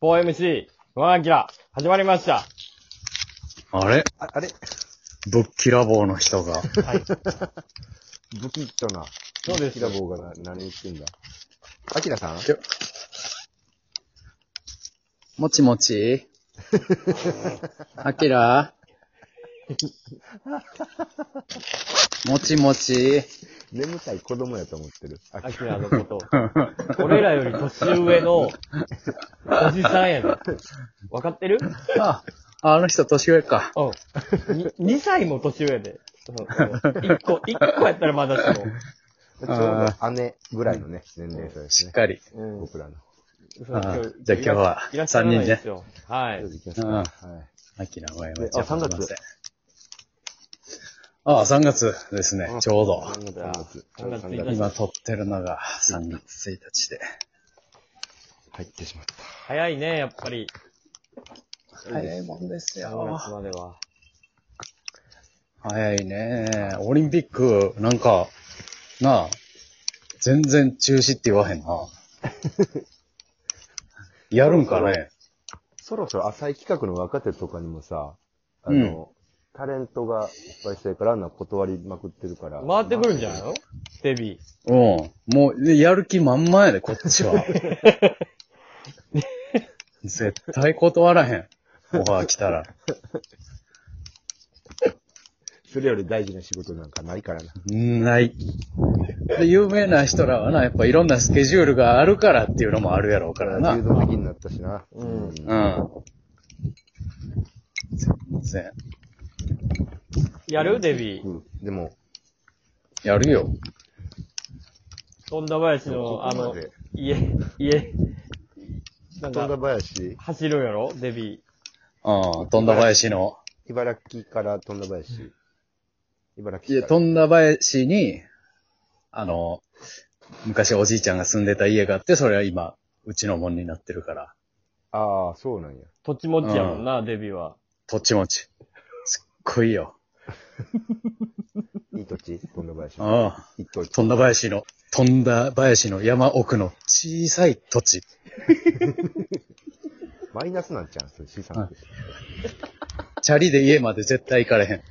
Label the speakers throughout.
Speaker 1: 4MC、不安アキラ、始まりました。
Speaker 2: あれ
Speaker 3: ああれ
Speaker 2: ぶっきらぼうの人が。
Speaker 3: ブキッとな。
Speaker 1: そうです
Speaker 3: キラボーがな何言ってんだ。アキラさん
Speaker 2: もちも ちあきら もちもち
Speaker 3: 眠たい子供やと思ってる。あ
Speaker 1: アキラのこと。俺らより年上の、おじさんやねん。わかってる
Speaker 2: あ、あの人年上か。
Speaker 1: うん。に2歳も年上で。1個、一個やったらまだしも。
Speaker 3: ちょうど姉ぐらいのね、年齢差です
Speaker 2: しっ
Speaker 3: ね。
Speaker 2: かり。
Speaker 1: うん。
Speaker 3: 僕らの。
Speaker 1: そう
Speaker 2: あ
Speaker 1: 今日
Speaker 2: じゃあ今日はい
Speaker 1: らっしゃらないですよ。は
Speaker 3: はいい。。行きまし
Speaker 2: うん。あ
Speaker 3: たはい。
Speaker 2: きらはや
Speaker 3: えあ三月
Speaker 2: ああ、3月ですね
Speaker 3: う。ん
Speaker 2: ちょうど。
Speaker 3: 3月
Speaker 1: あ
Speaker 3: 3
Speaker 1: 3
Speaker 3: 月。3
Speaker 1: 月
Speaker 3: 月
Speaker 2: 今撮ってるのが3月1日で。
Speaker 3: 入ってしまった。
Speaker 1: 早いね、やっぱり。
Speaker 2: 早いもんです
Speaker 1: 3月までは。
Speaker 2: 早いね。オリンピック、なんか、なあ、全然中止って言わへん な。やるんかね。
Speaker 3: そろそろ浅い企画の若手とかにもさ、あの、タレントがいっぱいしてるから、あんな断りまくってるから。
Speaker 1: 回ってくるんじゃないのデビー。
Speaker 2: うん。もう、でやる気満々やで、こっち は。絶対断らへん。オファー来たら。
Speaker 3: それより大事な仕事なんかないからな。
Speaker 2: ない。で、有名な人らはな、やっぱいろんなスケジュールがあるからっていうのもあるやろうからな。
Speaker 3: 柔道的になったしな。
Speaker 1: うん
Speaker 2: うん。全然。
Speaker 1: やるデビー。
Speaker 3: うんでも、
Speaker 2: やるよ。
Speaker 1: 富田林の、あ
Speaker 3: ここ
Speaker 1: の
Speaker 3: まで、
Speaker 1: 家、家、なん
Speaker 3: 富田
Speaker 1: か、
Speaker 3: 林、
Speaker 1: 走るんやろデビー。
Speaker 2: うん、飛んだ林の。
Speaker 3: 茨城から富田林。茨
Speaker 2: い
Speaker 3: 城
Speaker 2: や、
Speaker 3: から。
Speaker 2: 飛んだ林に、あの、昔おじいちゃんが住んでた家があって、それは今、うちのもんになってるから、
Speaker 3: ああ、そうなんや。
Speaker 1: 土地持ちやもんな、デビーは。
Speaker 2: とっちもち。すっごいよ。
Speaker 3: いい土地、富田林。
Speaker 2: うん。
Speaker 3: いい土地。
Speaker 2: 飛んだ林の、飛んだ林の山奥の小さい土地。
Speaker 3: マイナスなんちゃうんそれ資産って。
Speaker 2: チャリで家まで絶対行かれへん。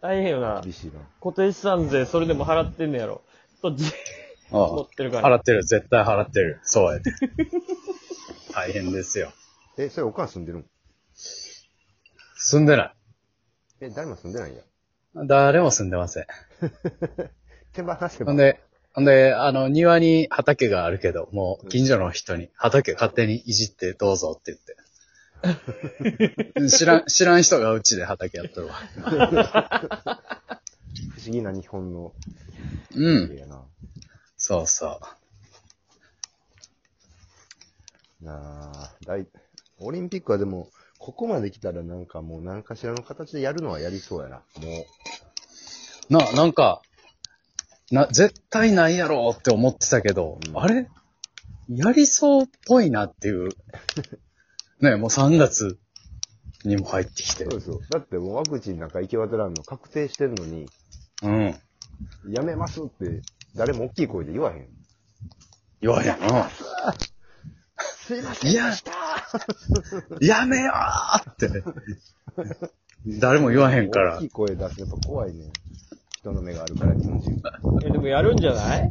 Speaker 1: 大変よな。
Speaker 3: 厳しいな。
Speaker 1: 固定資産税、それでも払ってんねやろ。土地
Speaker 2: うん
Speaker 1: 持ってるから。
Speaker 2: 払ってる、絶対払ってる。そうやで。大変ですよ。
Speaker 3: え、それおかん住んでるん
Speaker 2: 住んでない。
Speaker 3: え、誰も住んでないんや。
Speaker 2: 誰も住んでません。
Speaker 3: 手放せば。
Speaker 2: ほんで、ほんで、あの、庭に畑があるけど、もう近所の人に畑勝手にいじってどうぞって言っ て。知らん、知らん人がうちで畑やっとるわ。
Speaker 3: 不思議な日本の
Speaker 2: う
Speaker 3: 家
Speaker 2: ん。
Speaker 3: やな。
Speaker 2: そうそ
Speaker 3: なあ、大、オリンピックはでも、ここまで来たらなんかもう何かしらの形でやるのはやりそうやな。も
Speaker 2: う。な、なんか、な、絶対ないやろって思ってたけど、
Speaker 3: うん
Speaker 2: あれやりそうっぽいなって いう。ね、もう3月にも入ってきて
Speaker 3: う。そ。うそう。だってもうワクチンなんか行き渡らんの確定してるのに、
Speaker 2: うん。
Speaker 3: やめますって誰も大きい声で言わへん。
Speaker 2: 言わへんな。
Speaker 3: すいません。
Speaker 2: いや、やめよーって。誰も言わへんから
Speaker 3: 大き。い声出すのやっぱ怖いね。人の目があるから、日本人。
Speaker 1: え、でもやるんじゃない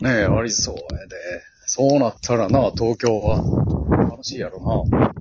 Speaker 2: ねえ、ありそうやで。そうなったらな、東京は。楽しいやろな。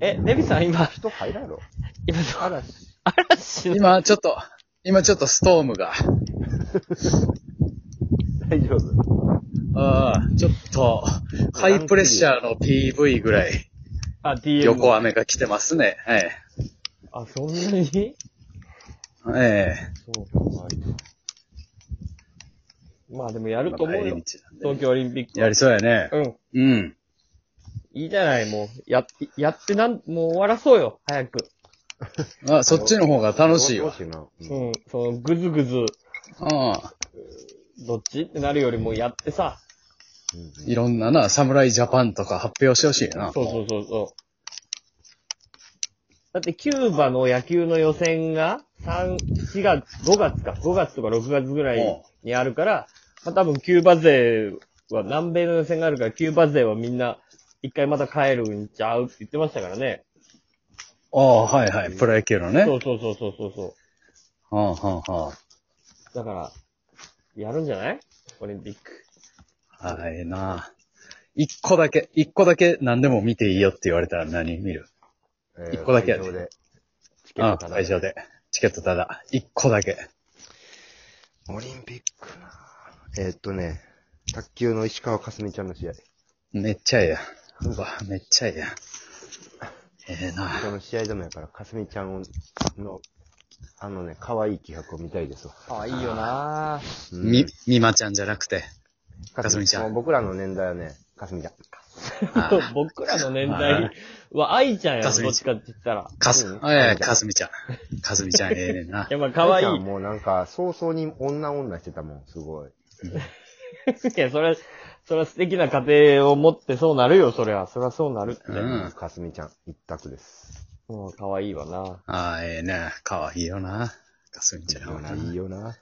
Speaker 1: え、え、デビーさん今、
Speaker 3: 人入らんやろ。
Speaker 1: 今、そう
Speaker 3: 嵐。
Speaker 1: 嵐の、
Speaker 2: 今ちょっと、今ちょっとストームが。
Speaker 3: 大丈夫。
Speaker 2: ああ、ちょっと、ハイプレッシャーの PV ぐらい、
Speaker 1: あ、DM。
Speaker 2: 横雨が来てますね。え
Speaker 1: あ、そんなに
Speaker 2: え。え
Speaker 1: そうか、まあでもや
Speaker 2: え。
Speaker 1: ると思うよ
Speaker 2: まあ。帰り道なんで
Speaker 1: 東京オリンピックは。
Speaker 2: やりそうやね。
Speaker 1: うん。
Speaker 2: うん。
Speaker 1: いいじゃない、もう。や、やってなん、もう終わらそうよ、早く。
Speaker 2: あ、そっちの方が楽しいわ
Speaker 3: 楽。しいな。うん
Speaker 1: うん。その、ぐずぐず、
Speaker 2: ああ。
Speaker 1: どっちってなるよりもやってさ。
Speaker 2: いろんなな、侍ジャパンとか発表してほしいな。
Speaker 1: そうそうそうそう。だって、キューバの野球の予選が、3、4月、5月か、5月とか6月ぐらいにあるから、まあ多分キューバ勢は南米の予選があるから、キューバ勢はみんな、一回また帰るんちゃうって言ってましたからね。
Speaker 2: ああ、はいはい。プロ野球のね。
Speaker 1: そうそうそうそうそうそ
Speaker 2: はあはあは
Speaker 1: う。だから、やるんじゃないオリンピック。
Speaker 2: あ。ああ、ええな。一個だけ、一個だけ何でも見ていいよって言われたら何見る
Speaker 3: え
Speaker 2: 一個だけや
Speaker 3: 会
Speaker 2: で
Speaker 3: 場で。
Speaker 1: チケ
Speaker 2: あ
Speaker 1: ッ
Speaker 2: あ、
Speaker 1: トかな
Speaker 2: 会場で。チケットただ。一個だけ。
Speaker 3: オリンピックなえーっとね、卓球の石川佳純ちゃんの試合。
Speaker 2: めっちゃええやん。うわ、めっちゃええやん。ええな。
Speaker 3: その試合でもやから、佳純ちゃんの、あのね、可愛い気迫を見たいですわ。
Speaker 4: かわいいよな
Speaker 3: うん
Speaker 2: み、みまちゃんじゃなくて。
Speaker 3: かすみ
Speaker 2: かすみちゃん
Speaker 3: もう僕らの年代はね、かすみちゃん。
Speaker 2: ああ
Speaker 1: 僕らの年
Speaker 2: は
Speaker 1: 代は、愛ちゃんやろ、どっちかって言ったら。
Speaker 2: かす
Speaker 3: う、ん
Speaker 2: あいやいや、かすみちゃん。かすみちゃん、ええね んな。
Speaker 1: いや、まあ、可愛い。
Speaker 3: 愛ちゃん
Speaker 1: い
Speaker 3: もうなんか、早々に女女してたもん、すごい。
Speaker 1: や、それ、それは素敵な家庭を持ってそうなるよ、そりゃ。そりゃそうなるって。
Speaker 2: うん。
Speaker 3: かすみちゃん、一択です。
Speaker 1: もう、可愛いわな。
Speaker 2: ああ、ええね。かわいいよな。かすみちゃんはな。
Speaker 3: いいよな。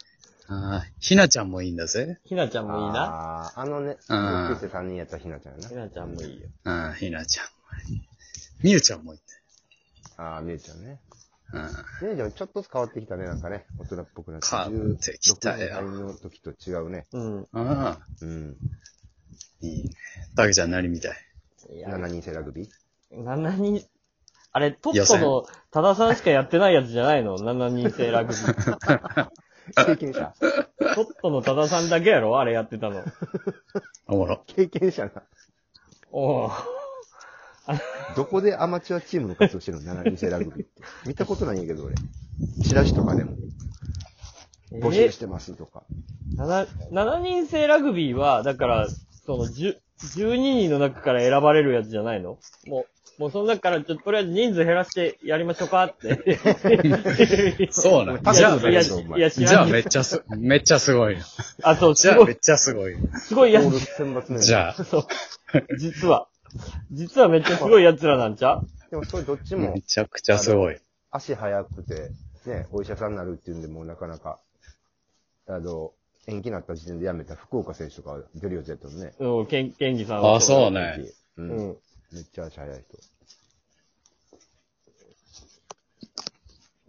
Speaker 2: ああ、ひなちゃんもいいんだぜ。
Speaker 1: ひなちゃんもいいな。
Speaker 3: あーあのね、
Speaker 2: うん
Speaker 3: 同級生3人やったひなちゃんや
Speaker 1: ひ
Speaker 3: な。
Speaker 1: なちゃんもいいよ。
Speaker 2: うん、ひなちゃんもいい。みゆちゃんもいいね。
Speaker 3: ああ、みゆちゃんね。
Speaker 2: うん。
Speaker 3: みゆちゃんちょっとずつ変わってきたね、なんかね。大人っぽくなって。
Speaker 2: 変わってきたよ
Speaker 3: 16歳の時と違うね。
Speaker 1: うん。
Speaker 2: ああ、
Speaker 3: うん。
Speaker 2: いいね。たけちゃん何みたい
Speaker 1: いや、
Speaker 3: 7人制ラグビー
Speaker 1: 7人、あれ、トットの多田さんしかやってないやつじゃないの ?7 人制ラグビ ー。
Speaker 3: 経験者
Speaker 1: トットの多田さんだけやろあれやってたの。
Speaker 2: おもろ。
Speaker 3: 経験者な。
Speaker 1: おう
Speaker 3: どこでアマチュアチームの活動してるの ?7 人制ラグビーって。見たことないんやけど、俺。チラシとかでも。募集
Speaker 1: え
Speaker 3: してますとか。
Speaker 1: 7, 7人制ラグビーは、だから、その10、12人の中から選ばれるやつじゃないのもう、もうその中から、ちょっととりあえず人数減らしてやりましょうかって。
Speaker 2: そうなんだ。
Speaker 3: パ
Speaker 1: い
Speaker 3: ス
Speaker 2: じゃ
Speaker 1: や
Speaker 2: あ、
Speaker 3: タ
Speaker 1: い
Speaker 2: め
Speaker 1: や、
Speaker 2: っ
Speaker 3: や
Speaker 2: ちゃ
Speaker 3: ぞお
Speaker 1: い
Speaker 3: 前
Speaker 1: や、知
Speaker 2: じゃ
Speaker 1: ら
Speaker 2: あ
Speaker 1: んけ
Speaker 2: め
Speaker 1: ど
Speaker 2: っちゃす、めっちゃすごいよ。
Speaker 1: あ、そう、
Speaker 2: じ
Speaker 1: す
Speaker 2: ゃあ
Speaker 1: ご
Speaker 2: めっ
Speaker 1: い、
Speaker 2: ちゃすごいよ。
Speaker 1: すごい
Speaker 3: オ
Speaker 1: や
Speaker 3: ール
Speaker 1: つ。
Speaker 3: 選抜ね。
Speaker 2: じゃあ、
Speaker 1: そう。実は。実はめっちゃすごい奴らなんちゃう
Speaker 3: でもそれどっちも
Speaker 2: めちゃくちゃすごい。
Speaker 3: 足早くて、ね、お医者さんになるっていうんで、もうなかなか、あの、延期になった時点で辞めた福岡選手とか出るようやったもんね。
Speaker 1: うん、ケン、ケンギさん
Speaker 2: あ
Speaker 1: は。
Speaker 2: あ、そうね。
Speaker 3: う。
Speaker 1: うんん。
Speaker 3: めっちゃ足早い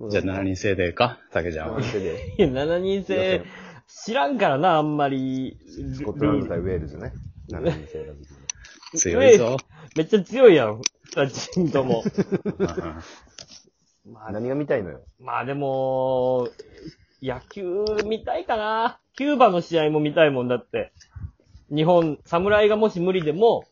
Speaker 2: じゃあ7人制でかたけちゃん
Speaker 3: 人。
Speaker 2: は。
Speaker 3: 手で、
Speaker 1: いや7人制、知らんからな、あんまり。
Speaker 3: スコットランド対ウェールズね。7人制ラグビーの
Speaker 2: 強いぞ。
Speaker 1: めっちゃ強いやん、二チームと も。
Speaker 2: うん
Speaker 1: まあ、
Speaker 3: 何が見たいのよ。
Speaker 1: まあでも、野球見たいかな。キューバの試合も見たいもんだって。日本、侍がもし無理でも、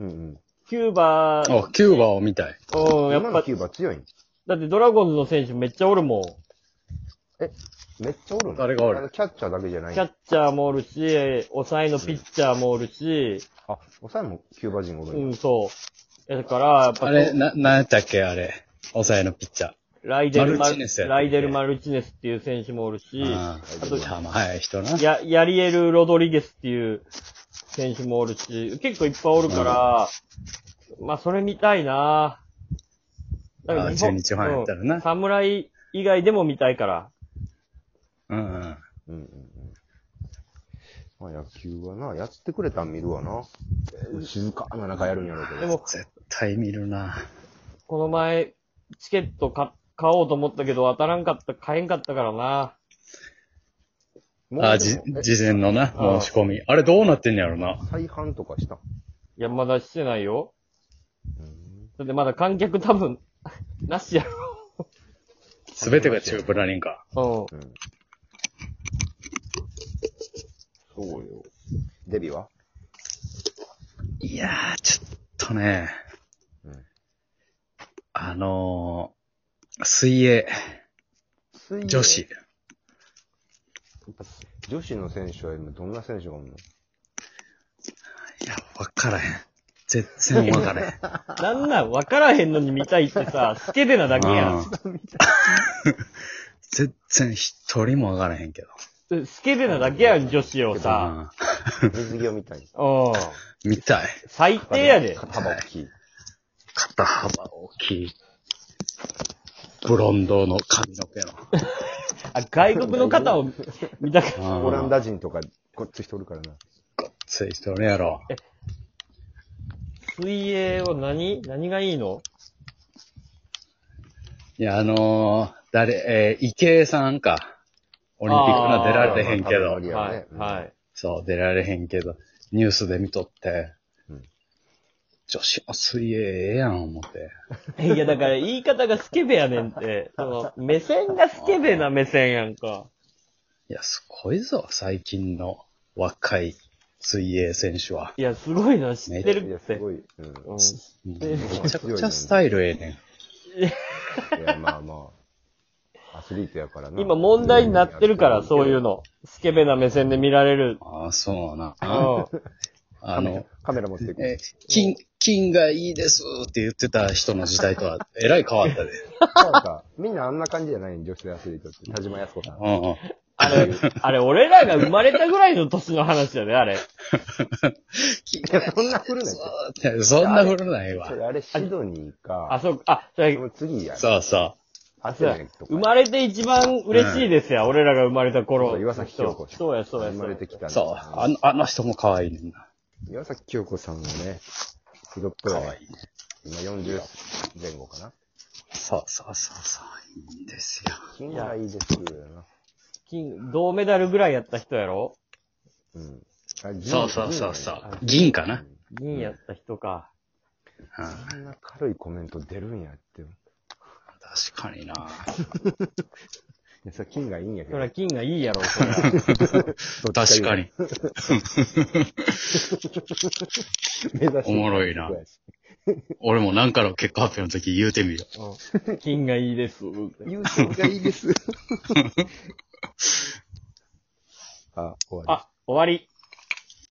Speaker 3: うんうん。
Speaker 1: キューバ、
Speaker 2: お、キューバを見たい。
Speaker 1: うん、や
Speaker 3: 今
Speaker 1: っ
Speaker 3: の
Speaker 1: ぱ
Speaker 3: キ、ューバ強いん
Speaker 1: だってドラゴンズの選手めっちゃおるもん。
Speaker 3: めっちゃおるの
Speaker 2: 誰がおる
Speaker 3: あのキャッチャーだけじゃない
Speaker 1: キャッチャーもおるし、抑えのピッチャーもおるし、
Speaker 3: あ、抑えもキューバ人おる
Speaker 1: うんん、
Speaker 3: だ。
Speaker 1: そう。だから、やっぱ
Speaker 2: あ、れ、な、なんやったっけあれ。抑えのピッチャー。
Speaker 1: ライデル
Speaker 2: マ
Speaker 1: マ
Speaker 2: ルチネスやったっけ
Speaker 1: ライデル・マルチネスっていう選手もおるし、
Speaker 2: あ
Speaker 3: あ
Speaker 2: あ、頭早い人な。
Speaker 1: や、ヤリエル・ロドリゲスっていう選手もおるし、結構いっぱいおるから、まあ、それ見たいなだ
Speaker 2: あー中日ファンやったらな
Speaker 1: うん侍以外でも見たいから。
Speaker 2: うんうん。
Speaker 3: うんうんうん。まあ野球はな、やってくれたん見るわな。静かな中やるんやろうけど。
Speaker 1: でも、
Speaker 2: 絶対見るな。
Speaker 1: この前、チケットか買おうと思ったけど、当たらんかった、買えんかったからな。
Speaker 3: もう
Speaker 2: あ、
Speaker 3: で
Speaker 2: じ
Speaker 3: も、
Speaker 2: 事前のな、申し込み。あれどうなってんのやろな。
Speaker 3: 再販とかしたん
Speaker 1: いや、まだしてないよ。だってまだ観客多分、 なしや
Speaker 2: すべてが中プラリンか。
Speaker 1: ろ。うん。
Speaker 3: うん。そうよ。デビはい
Speaker 2: やー、ちょっとね
Speaker 3: うん。
Speaker 2: あのー、水泳、
Speaker 3: 水泳
Speaker 2: 女。子。
Speaker 3: 女子の選手は今どんな選手がお るの
Speaker 2: いや、わからへん。全然わからへん。
Speaker 1: なんなん、わからへんのに見たいってさ、スケベなだけやん。
Speaker 2: うん全然一人もわからへんけど。
Speaker 1: スケベなだけやん、女子をさ。
Speaker 2: あ
Speaker 3: 水着を見たい。
Speaker 1: うん。
Speaker 2: 見たい。
Speaker 1: 最低やで。
Speaker 3: 肩幅大きい。
Speaker 2: 肩幅大きい。ブロンドの髪の毛の。
Speaker 1: あ、外国の方を見たか
Speaker 2: うん
Speaker 3: オランダ人とか、こっち人おるからな。
Speaker 2: 適当にやろう。
Speaker 1: 水泳は何何がいいの
Speaker 2: いや、あのー誰、えー池江さんか。オリンピック
Speaker 1: あ
Speaker 2: の
Speaker 1: ー
Speaker 2: 出られてへんけ
Speaker 3: まあま
Speaker 2: ど
Speaker 3: あまあ。いや
Speaker 1: はい
Speaker 3: ね。
Speaker 1: はい。
Speaker 2: そう、出られへんけど、ニュースで見とって、
Speaker 3: うん
Speaker 2: 女子の水泳ええやん、思って。
Speaker 1: いや、だから言い方がスケベやねんって。その、目線がスケベな目線やんか。
Speaker 2: いや、すごいぞ、最近の若い水泳選手は。
Speaker 1: いや、すごいな、知って
Speaker 3: い
Speaker 1: る
Speaker 3: や、
Speaker 1: っ
Speaker 3: す
Speaker 1: て。
Speaker 3: ごい。うん。
Speaker 1: うん、
Speaker 2: うん
Speaker 1: え
Speaker 2: めちゃくちゃスタイルええねん。
Speaker 3: いや、まあまあ。アスリートやからな。
Speaker 1: 今問題になってるから、そういう
Speaker 3: の。
Speaker 1: の。スケベな目線で見られる。
Speaker 2: ああ、そうな。
Speaker 1: うん。
Speaker 2: あの、
Speaker 3: カメラ持っていく。
Speaker 2: え金、金がいいですって言ってた人の時代とは、えらい変わったで。
Speaker 3: なんか、みんなあんな感じじゃない女子アスリートって。田島康 子さん。
Speaker 2: うんうん。
Speaker 1: あれ、あれ、俺らが生まれたぐらいの年の話だね、あれ。
Speaker 2: 金
Speaker 3: いや、そんな古ない
Speaker 2: って、そんな古ない
Speaker 3: そ
Speaker 2: わ。
Speaker 3: れあれ、シドニー
Speaker 1: あ、
Speaker 3: か。
Speaker 1: そうか、あ、それ
Speaker 3: そ、の次や。
Speaker 2: そうそ
Speaker 3: アス
Speaker 1: そう
Speaker 3: レ
Speaker 1: や
Speaker 3: ックとか。
Speaker 1: 生まれて一番嬉しいですや、俺らが生まれた頃。
Speaker 3: そう岩崎京子
Speaker 1: そうや、そうや、
Speaker 3: 生
Speaker 1: そ
Speaker 3: ま
Speaker 1: う
Speaker 3: れ
Speaker 1: や。
Speaker 3: てきたん
Speaker 2: う。
Speaker 3: だ
Speaker 2: そう。あの、あの人も可愛いねんな。
Speaker 3: 岩崎京子さんはね、色っぽい
Speaker 2: 可
Speaker 3: ね、
Speaker 2: 愛いね。
Speaker 3: 今40前後かな。
Speaker 2: そうそうそうそう。いいんですよ。
Speaker 3: 金がいいですよな。
Speaker 1: 金、銅メダルぐらいやった人やろ
Speaker 3: うん。あ銀
Speaker 2: そうそうそうそ
Speaker 3: 銀やね
Speaker 2: う。銀かな。
Speaker 1: 銀やった人か。
Speaker 2: うん。
Speaker 3: そんな軽いコメント出るんやって。い
Speaker 2: 確かにな。
Speaker 3: や、それ金がいいんやけ
Speaker 1: そ
Speaker 3: ど
Speaker 1: りゃ。金がいいやろ、そりゃ。
Speaker 2: 確かに。
Speaker 3: 目指して
Speaker 2: おもろいな俺もなんかの結果発表の時言うてみよ
Speaker 1: うん金がいいです。
Speaker 3: 優勝がいいです。あ、終わり。
Speaker 1: あ、終わり。